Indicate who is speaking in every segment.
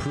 Speaker 1: ク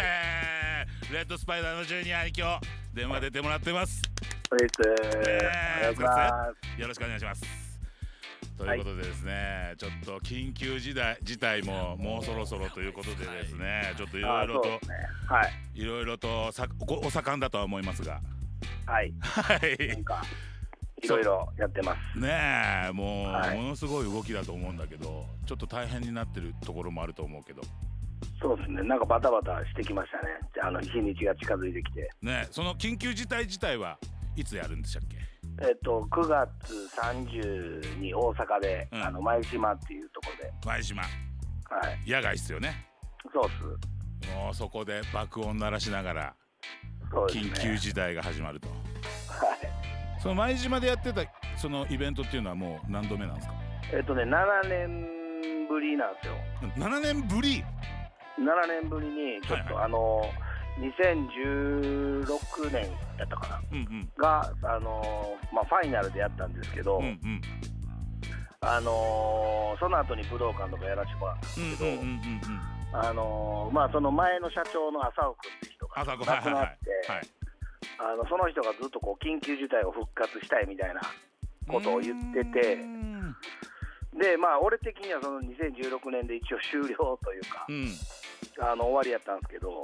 Speaker 2: ー レッドスパイダーのジュニアに今日電話出てもらってます。
Speaker 3: お疲れ
Speaker 2: えー
Speaker 3: 様です。お願いします。
Speaker 2: よろしくお願いします。ということでですね、ちょっと緊急事態事態ももうそろそろということでですね、ちょっといろ
Speaker 3: あ
Speaker 2: い
Speaker 3: そ
Speaker 2: ろ
Speaker 3: う
Speaker 2: と
Speaker 3: ですね。はい。
Speaker 2: いろいろとさおお盛んだとは思いますが、
Speaker 3: はい。
Speaker 2: はい
Speaker 3: なんか、いろいろやってます。
Speaker 2: ねえもう、
Speaker 3: はい
Speaker 2: ものすごい動きだと思うんだけど、ちょっと大変になってるところもあると思うけど、
Speaker 3: そうですね。なんかバタバタしてきましたね。あの、日にちが近づいてきて。
Speaker 2: ねえその緊急事態自体はいつやるんでしたっけ？
Speaker 3: えっと、9月30に大阪で、
Speaker 2: うん
Speaker 3: あの、舞島っていうところで、
Speaker 2: 前島
Speaker 3: はい。
Speaker 2: 野外っすよね。
Speaker 3: そうっす。
Speaker 2: もうそこで爆音鳴らしながら
Speaker 3: そうですね。
Speaker 2: 緊急事態が始まると、
Speaker 3: はい。
Speaker 2: その前島でやってたそのイベントっていうのはもう何度目なんですか
Speaker 3: えっとね、7年ぶりなんですよ。
Speaker 2: 7年ぶり
Speaker 3: 7年ぶりに、ちょっと、
Speaker 2: は
Speaker 3: あの、2016年やったかな。
Speaker 2: うんうん
Speaker 3: が、あのーまあ、ファイナルでやったんですけど、
Speaker 2: うんうん
Speaker 3: あのーその後に武道館とかやらせてもらっ
Speaker 2: うんうんうんうんうん
Speaker 3: た、あのーまあ、その前の社長の浅尾君って人が
Speaker 2: 朝ごは
Speaker 3: 亡
Speaker 2: ん
Speaker 3: く
Speaker 2: はい
Speaker 3: な
Speaker 2: は
Speaker 3: って、
Speaker 2: いはい
Speaker 3: あのその人がずっとこう緊急事態を復活したいみたいなことを言ってて
Speaker 2: うーん
Speaker 3: で、まあ、俺的にはその2016年で一応終了というか
Speaker 2: う、ん
Speaker 3: あの終わりやったんですけど。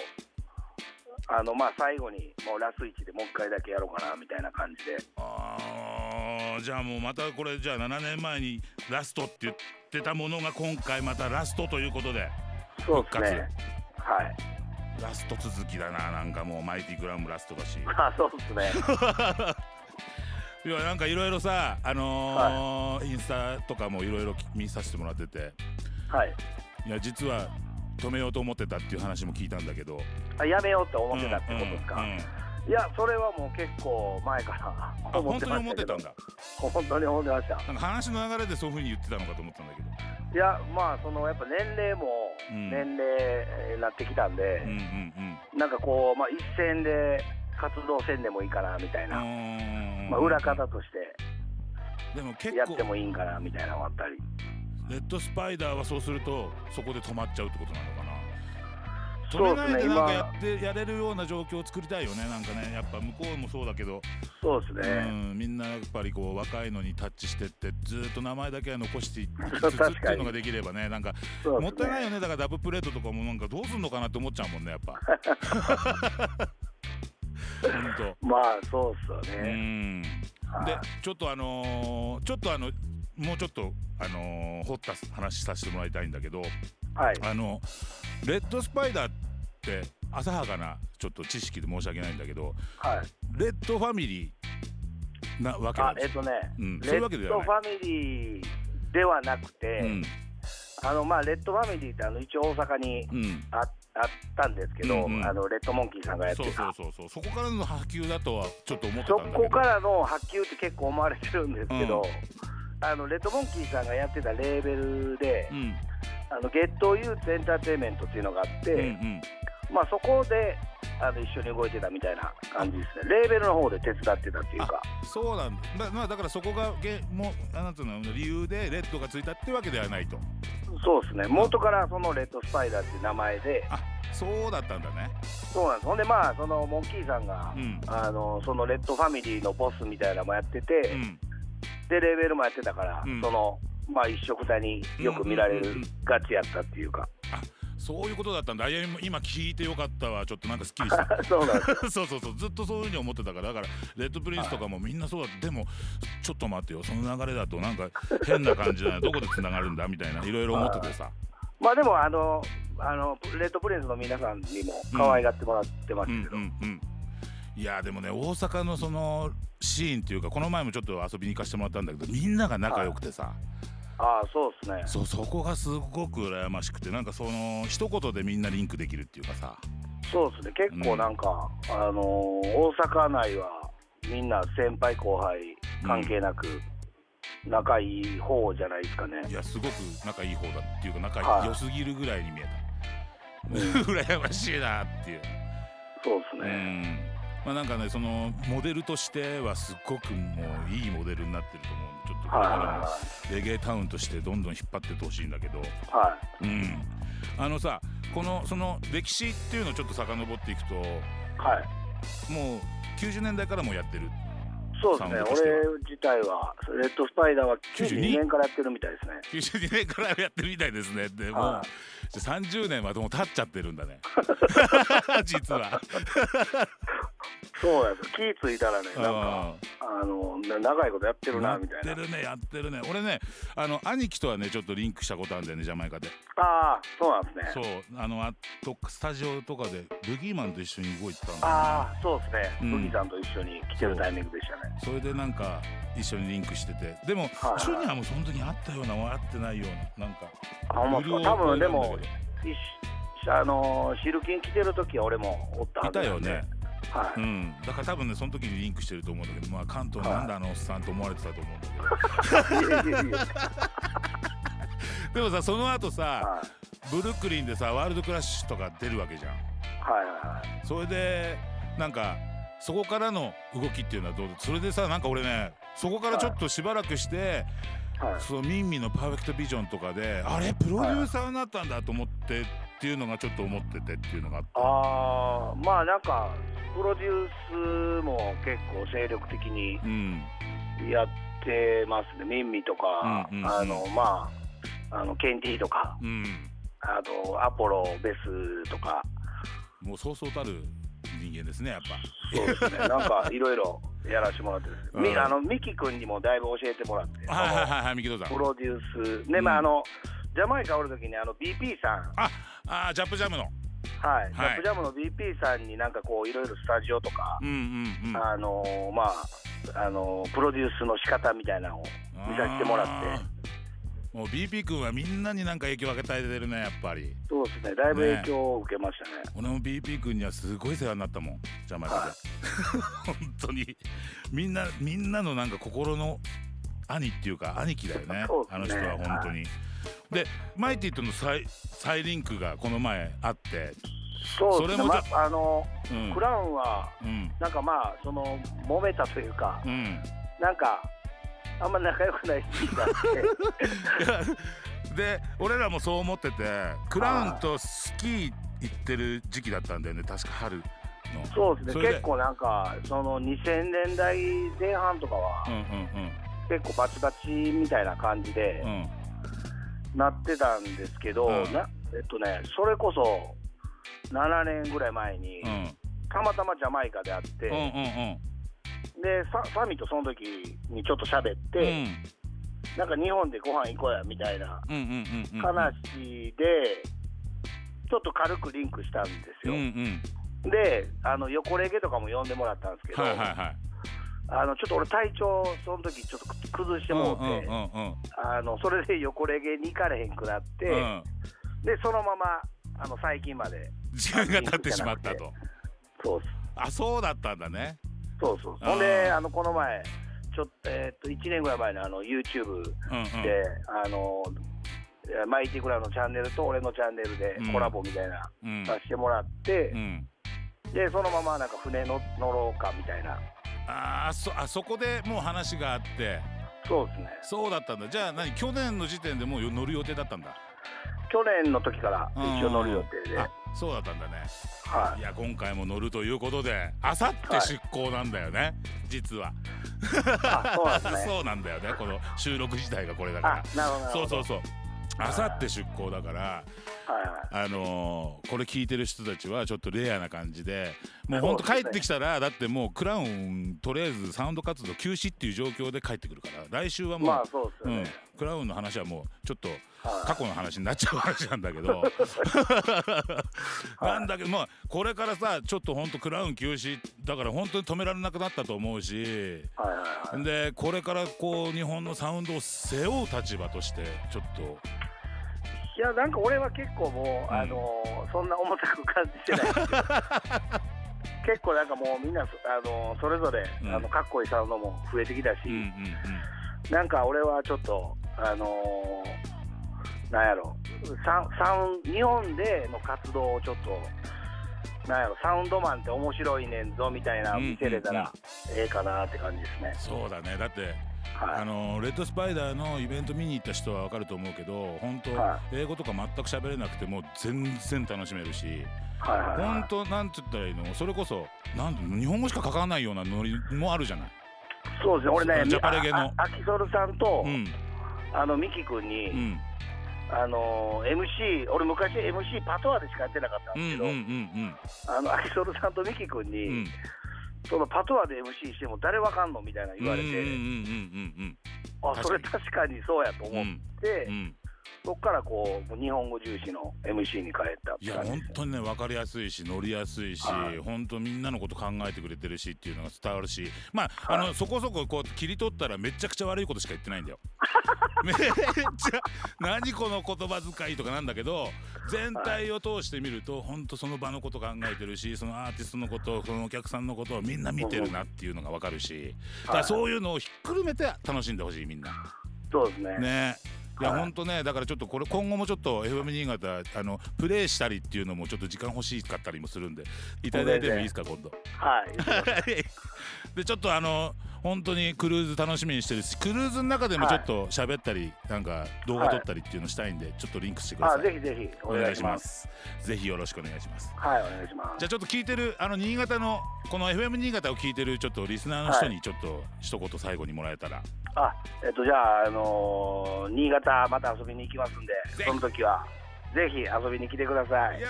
Speaker 3: あのまあ、最後にもうラスイチでもう一回だけやろうかなみたいな感じで
Speaker 2: あーじゃあもうまたこれじゃあ7年前にラストって言ってたものが今回またラストということで
Speaker 3: そうです
Speaker 2: 復
Speaker 3: ねはい
Speaker 2: ラスト続きだななんかもうマイティグラムラストだし
Speaker 3: あそうですね
Speaker 2: いやなんかいろいろさあのーインスタとかもいろいろ見させてもらってて
Speaker 3: はい
Speaker 2: いや実は止めようと思ってたっていう話も聞いたんだけど
Speaker 3: あやめようって思ってたってことですか、
Speaker 2: うんうんうん
Speaker 3: いやそれはもう結構前から
Speaker 2: あ
Speaker 3: 思っ
Speaker 2: 本
Speaker 3: て
Speaker 2: 当に
Speaker 3: ま
Speaker 2: 思
Speaker 3: し
Speaker 2: ったて
Speaker 3: け
Speaker 2: た
Speaker 3: ど
Speaker 2: んだ
Speaker 3: 本当に思ってました
Speaker 2: なんか話の流れでそういうふうに言ってたのかと思ったんだけど
Speaker 3: いやまあそのやっぱ年齢も
Speaker 2: うん
Speaker 3: 年齢になってきたんで
Speaker 2: うん、うん
Speaker 3: なんかこう、まあ、一戦で活動せんでもいいかなみたい
Speaker 2: うんう
Speaker 3: な、
Speaker 2: ーん
Speaker 3: まあ、裏方として
Speaker 2: でも結
Speaker 3: やっ
Speaker 2: 構
Speaker 3: てもいいんかなみたいなのがあったり
Speaker 2: レッドスパイダーはそうするとそこで止まっちゃうってことなのかな
Speaker 3: そ
Speaker 2: 止
Speaker 3: う
Speaker 2: め
Speaker 3: で
Speaker 2: ないで
Speaker 3: すね
Speaker 2: なんか
Speaker 3: 今
Speaker 2: やってやれるような状況を作りたいよねなんかねやっぱ向こうもそうだけど
Speaker 3: そうです
Speaker 2: う
Speaker 3: ね、
Speaker 2: んみんなやっぱりこう若いのにタッチしてってずーっと名前だけは残していきつつ
Speaker 3: 確か
Speaker 2: っ
Speaker 3: に
Speaker 2: ていうのができればねなんか
Speaker 3: そう
Speaker 2: も
Speaker 3: で
Speaker 2: った
Speaker 3: す
Speaker 2: いない
Speaker 3: ね
Speaker 2: よねだからダブプレートとかもなんかどうすんのかなって思っちゃうもんねやっぱ 本
Speaker 3: まあそうっす
Speaker 2: 当
Speaker 3: よ
Speaker 2: う
Speaker 3: ね、
Speaker 2: んで
Speaker 3: はい
Speaker 2: ちょっとあのーちょっとあのもうちょっとあのー掘った話させてもらいたいんだけど
Speaker 3: はい
Speaker 2: あのレッドスパイダーって浅はかなちょっと知識で申し訳ないんだけど
Speaker 3: はい
Speaker 2: レッドファミリーなわけな
Speaker 3: あ
Speaker 2: ん
Speaker 3: え
Speaker 2: で
Speaker 3: っとね、
Speaker 2: うんそうい
Speaker 3: レ
Speaker 2: うわけ
Speaker 3: ッ
Speaker 2: では
Speaker 3: ド
Speaker 2: ない
Speaker 3: ファミリーではなくて、
Speaker 2: すうん
Speaker 3: あのまあ、レッドファミリーってあの一応大阪に
Speaker 2: うん
Speaker 3: ああったんですけど、
Speaker 2: うんうん
Speaker 3: あのレッドモンキーさんがやって
Speaker 2: そ
Speaker 3: た
Speaker 2: うそうそうそうそこからの波及だとはちょっと思ってたんだけど
Speaker 3: そこからの波及って結構思われてるんですけど、あのレッドモンキーさんがやってたレーベルで、
Speaker 2: うん
Speaker 3: あのゲットユースエンターテインメントっていうのがあって、
Speaker 2: うんうん
Speaker 3: まあ、そこであの一緒に動いてたみたいな感じですね、レーベルの方で手伝ってたっていうか、
Speaker 2: そうなんだまあまあだからそこがげもうあなたの理由でレッドがついたってわけではないと
Speaker 3: そうですね、元からそのレッドスパイダーっていう名前で、
Speaker 2: あそうだったんだね
Speaker 3: そうなんです、ほんで、まあ、そのモンキーさんが、
Speaker 2: うん
Speaker 3: あのそのレッドファミリーのボスみたいなのもやってて、
Speaker 2: うん
Speaker 3: でレーベルもやってたから、
Speaker 2: うん
Speaker 3: その、まあ、一色たによく見られ
Speaker 2: うんうんうん
Speaker 3: るガチやったっていうか、
Speaker 2: そういうことだったんだいや今聞いてよかったわちょっとなんかすっきりした
Speaker 3: そうなんです。
Speaker 2: そうそうそうずっとそういうふうに思ってたからだからレッドプリンスとかもみんなそうだ、でもちょっと待ってよその流れだとなんか変な感じだなどこでつながるんだみたいないろいろ思っててさ
Speaker 3: まあでもあのあのレッドプリンスの皆さんにも可愛がってもらってま
Speaker 2: う
Speaker 3: すけ
Speaker 2: ん
Speaker 3: ど、
Speaker 2: うんうんいやでもね大阪のそのシーンっていうかこの前もちょっと遊びに行かせてもらったんだけどみんなが仲良くてさ、
Speaker 3: ああそうですね
Speaker 2: そうそこがすごく羨ましくてなんかその一言でみんなリンクできるっていうかさ
Speaker 3: そうですね結構なんか、あのー大阪内はみんな先輩後輩関係なく仲いい方じゃないですかね、
Speaker 2: いやすごく仲いい方だっていうか
Speaker 3: は
Speaker 2: 仲
Speaker 3: い
Speaker 2: 良すぎるぐらいに見えた 羨ましいなっていう
Speaker 3: そうです
Speaker 2: う
Speaker 3: ね、
Speaker 2: んまあなんかねそのモデルとしてはすっごくもういいモデルになってると思うんでちょっとこれから
Speaker 3: は
Speaker 2: もレゲエタウンとしてどんどん引っ張ってってほしいんだけど
Speaker 3: いはい
Speaker 2: うんあのさこのその歴史っていうのをちょっと遡っていくと
Speaker 3: はい
Speaker 2: もう90年代からもうやってる
Speaker 3: そうで
Speaker 2: サウ
Speaker 3: すね
Speaker 2: ンドと
Speaker 3: 俺
Speaker 2: しては
Speaker 3: 自体はレッドスパイダーは92
Speaker 2: 92
Speaker 3: 年からやってるみたいですね
Speaker 2: 92年からやってるみたいですねでも
Speaker 3: は
Speaker 2: じゃあ30年はもう経っちゃってるんだ ね実は
Speaker 3: そうなんですよ気ぃついたらねなんか
Speaker 2: うん
Speaker 3: あのな長いことやってる
Speaker 2: や
Speaker 3: な
Speaker 2: っ
Speaker 3: みたいな
Speaker 2: てるねやってるね俺ねあの兄貴とはねちょっとリンクしたことあるんだよねジャマイカで
Speaker 3: ああそうなんですね
Speaker 2: そうあのあとスタジオとかでブギーマンと一緒に動いてたんだ
Speaker 3: ああそうですね、
Speaker 2: うん
Speaker 3: ブギさんと一緒に来てるタイミングでしたね
Speaker 2: それでなんか一緒にリンクしててでも
Speaker 3: はい
Speaker 2: ジュニアもその時に会ったような会ってないようななんか
Speaker 3: あほんまっすか
Speaker 2: 潤い
Speaker 3: 多分でも
Speaker 2: 声なんだ
Speaker 3: 一緒あのーシルキン来てる時は俺もおった
Speaker 2: けど
Speaker 3: はいずな
Speaker 2: た
Speaker 3: んで
Speaker 2: よね
Speaker 3: は
Speaker 2: う
Speaker 3: い、
Speaker 2: んだから多分ねその時にリンクしてると思うんだけどまあ関東
Speaker 3: はい
Speaker 2: なんだあのおっさんと思われてたと思うんだけど
Speaker 3: いえいえいえ
Speaker 2: でもさその後さ
Speaker 3: はい
Speaker 2: ブルックリンでさワールドクラッシュとか出るわけじゃん
Speaker 3: はいはい
Speaker 2: それでなんかそこからの動きっていうのはどうそれでさなんか俺ねそこからちょっとしばらくして、
Speaker 3: はいはい
Speaker 2: そのミンミのパーフェクトビジョンとかであれプロデューサーになったんだと思ってっていうのがちょっと思っててっていうのがあって
Speaker 3: ああまあなんかプロデュースも結構精力的に
Speaker 2: うん
Speaker 3: やってますねミンミとか、
Speaker 2: うんうんうん
Speaker 3: あのまああのケンティーとか
Speaker 2: うん
Speaker 3: あとアポロベスとか
Speaker 2: もうそうそうたる人間ですねやっぱ
Speaker 3: そうですね、 なんかいろいろやらせてもらってる、
Speaker 2: うん
Speaker 3: みあのミキ君にもだいぶ教えてもらって、
Speaker 2: はいはいはいはいミキドさ
Speaker 3: あ
Speaker 2: ん
Speaker 3: のプロデュース、ねまあ、あのジャマイカおるときにあの BP さん、
Speaker 2: ああージャップジャムの
Speaker 3: はい、ジャ
Speaker 2: はい
Speaker 3: ップジャムの BP さんになんかこういろいろスタジオとか、
Speaker 2: うんうんうん
Speaker 3: あのーまああのープロデュースの仕方みたいなのを見させてもらって、
Speaker 2: てもう BP 君はみんなになんか影響を与えてるねやっぱり
Speaker 3: そうですね、だいぶ影響を受けましたね。
Speaker 2: 俺も BP 君にはすごい世話になったもんジャ マイカで本当にみんなみんなのなんか心の兄っていうか兄貴だよね
Speaker 3: そう
Speaker 2: あ
Speaker 3: で
Speaker 2: の
Speaker 3: す
Speaker 2: 人
Speaker 3: ね
Speaker 2: は本当に、でマイティとの再再リンクがこの前あって
Speaker 3: そうで
Speaker 2: それ
Speaker 3: すね、
Speaker 2: も
Speaker 3: ま
Speaker 2: ち
Speaker 3: あの
Speaker 2: うん
Speaker 3: クラウンは
Speaker 2: うん
Speaker 3: なんかまあその揉めたというか、
Speaker 2: うん
Speaker 3: なんかあんま仲良くない時期があって。
Speaker 2: で俺らもそう思っててクラウンとスキー行ってる時期だったんだよね確か春の
Speaker 3: そうです
Speaker 2: そ
Speaker 3: ね
Speaker 2: れで
Speaker 3: 結構なんかその2000年代前半とかは
Speaker 2: うんうん
Speaker 3: 結構バチバチみたいな感じで
Speaker 2: うんうん
Speaker 3: なってたんですけど、
Speaker 2: うん
Speaker 3: なえっとねそれこそ7年ぐらい前に、
Speaker 2: うん
Speaker 3: たまたまジャマイカで会って、
Speaker 2: うんうん
Speaker 3: でササミとその時にちょっと喋っ
Speaker 2: うんうん
Speaker 3: て、なんか日本でご飯行こうやみたいな
Speaker 2: うんうんうんうん
Speaker 3: 話で、ちょっと軽くリンクしたんです
Speaker 2: うん
Speaker 3: よ、
Speaker 2: うん
Speaker 3: であの横レゲとかも呼んでもらったんですけど、
Speaker 2: はいはいはい
Speaker 3: あのちょっと俺体調その時ちょっと崩してもうて、
Speaker 2: うんうんうんうん
Speaker 3: あのそれで横レゲに行かれへんくなって、
Speaker 2: うん、
Speaker 3: でそのままあの最近まで
Speaker 2: 時間が経ってしまったと
Speaker 3: そうっす
Speaker 2: あそうだったんだね
Speaker 3: そうそう
Speaker 2: あー
Speaker 3: ほんであのこの前ちょっと,、えーっと1年ぐらい前のあの YouTube
Speaker 2: うんうん
Speaker 3: で、あのえーマイティクラのチャンネルと俺のチャンネルで
Speaker 2: うん
Speaker 3: コラボみたいな、
Speaker 2: うん
Speaker 3: させてもらって
Speaker 2: う、ん
Speaker 3: でそのままなんか船の乗ろうかみたいな
Speaker 2: あーそあそこでもう話があって
Speaker 3: そうですね
Speaker 2: そうだったんだじゃあ何去年の時点でもうよ乗る予定だったんだ
Speaker 3: 去年の時から
Speaker 2: うん
Speaker 3: 一応乗る予定で、は
Speaker 2: あそうだったんだね
Speaker 3: い
Speaker 2: い、や今回も乗るということであさって出航なんだよね、実は
Speaker 3: あそうなんです ね
Speaker 2: そうなんだよねこの収録自体がこれだ
Speaker 3: あ
Speaker 2: か
Speaker 3: なる
Speaker 2: ら
Speaker 3: ほどなる
Speaker 2: そ
Speaker 3: ほ
Speaker 2: うそ
Speaker 3: ど
Speaker 2: うそうあさって出航だから
Speaker 3: はいはい
Speaker 2: あのーこれ聞いてる人たちはちょっとレアな感じでもうほんと
Speaker 3: そう
Speaker 2: 帰
Speaker 3: で
Speaker 2: っ
Speaker 3: す
Speaker 2: て
Speaker 3: ね
Speaker 2: きたらだってもうクラウンとりあえずサウンド活動休止っていう状況で帰ってくるから来週はもう、
Speaker 3: まあそうです
Speaker 2: う
Speaker 3: よね
Speaker 2: ん、クラウンの話はもうちょっと
Speaker 3: はい
Speaker 2: 過去の話になっちゃう話なんだけ ど なんだけどまあこれからさちょっとほんとクラウン休止だから本当に止められなくなったと思うし
Speaker 3: はいはいはい
Speaker 2: でこれからこう日本のサウンドを背負う立場としてちょっと
Speaker 3: いやなんか俺は結構もう、
Speaker 2: ん
Speaker 3: あのーそんな重たく感じてない んですけど結構なんかもうみんなそあのーそれぞれ、
Speaker 2: うん
Speaker 3: あのかっこいいサウンドも増えてきたし、
Speaker 2: うんうんうん
Speaker 3: なんか俺はちょっとあのーなんやろサウサウン日本での活動をちょっとなんやろサウンドマンって面白いねんぞみたいな見せれたらええかなって感じですね、
Speaker 2: そうだねだって
Speaker 3: はい
Speaker 2: あのレッドスパイダーのイベント見に行った人は分かると思うけど本当、
Speaker 3: は
Speaker 2: 英語とか全く喋れなくても全然楽しめるし
Speaker 3: はいはいはい
Speaker 2: 本当なんて言ったらいいのそれこそなんて日本語しか書かないようなノリもあるじゃない。
Speaker 3: そうですね俺ね
Speaker 2: ジャパレゲの
Speaker 3: ああアキソルさんと、
Speaker 2: うん
Speaker 3: あのミキ君に、
Speaker 2: うん
Speaker 3: あのー MC 俺昔 MC パトワでしかやってなかったん
Speaker 2: う
Speaker 3: です
Speaker 2: んう
Speaker 3: けど、
Speaker 2: ん
Speaker 3: あのアキソルさんとミキ君に、
Speaker 2: うんうん
Speaker 3: そのパトワで MC しても誰わかんのみたいな言われて、
Speaker 2: うんうんうん
Speaker 3: あそれ確かにそうやと
Speaker 2: うんうんう
Speaker 3: 思っ
Speaker 2: ん
Speaker 3: て、
Speaker 2: うん
Speaker 3: そこからこうもう日本語重視の MC に変えたって
Speaker 2: いや
Speaker 3: 感じ
Speaker 2: 本当にね分かりやすいし乗りやすいし
Speaker 3: はい
Speaker 2: 本当みんなのこと考えてくれてるしっていうのが伝わるしまああのそこそここう切り取ったらめちゃくちゃ悪いことしか言ってないんだよ。めっちゃ何この言葉遣いとかなんだけど全体を通してみると本当その場のこと考えてるしそのアーティストのことそのお客さんのことをみんな見てるなっていうのが分かるしだからそういうのをひっくるめて楽しんでほしいみんな。
Speaker 3: そうですね
Speaker 2: ねいや
Speaker 3: はい
Speaker 2: 本当ねだからちょっとこれ今後もちょっと FM 新潟あのプレイしたりっていうのもちょっと時間欲しかったりもするんでいただいてもいいですか今度
Speaker 3: はい言ってまし
Speaker 2: でちょっとあの本当にクルーズ楽しみにしてるしクルーズの中でもちょっと喋ったりなんか動画撮ったりっていうのしたいんでちょっとリンクしてくだ
Speaker 3: た
Speaker 2: さ
Speaker 3: あ
Speaker 2: い
Speaker 3: ぜひぜひお願いします
Speaker 2: すぜひよろしくお願いします
Speaker 3: はいお願いします
Speaker 2: じゃあちょっと聞いてるあの新潟のこの FM 新潟を聞いてるちょっとリスナーの人にちょっと一言最後にもらえたら
Speaker 3: あえっとじゃあ、あのー新潟また遊びに行きますんで
Speaker 2: ぜひ
Speaker 3: その時はぜひ遊びに来てください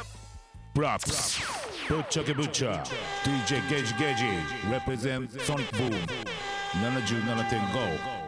Speaker 1: Props. Butcher Butcher. DJ Gage Gage. Represent Sonic Boom. 77.5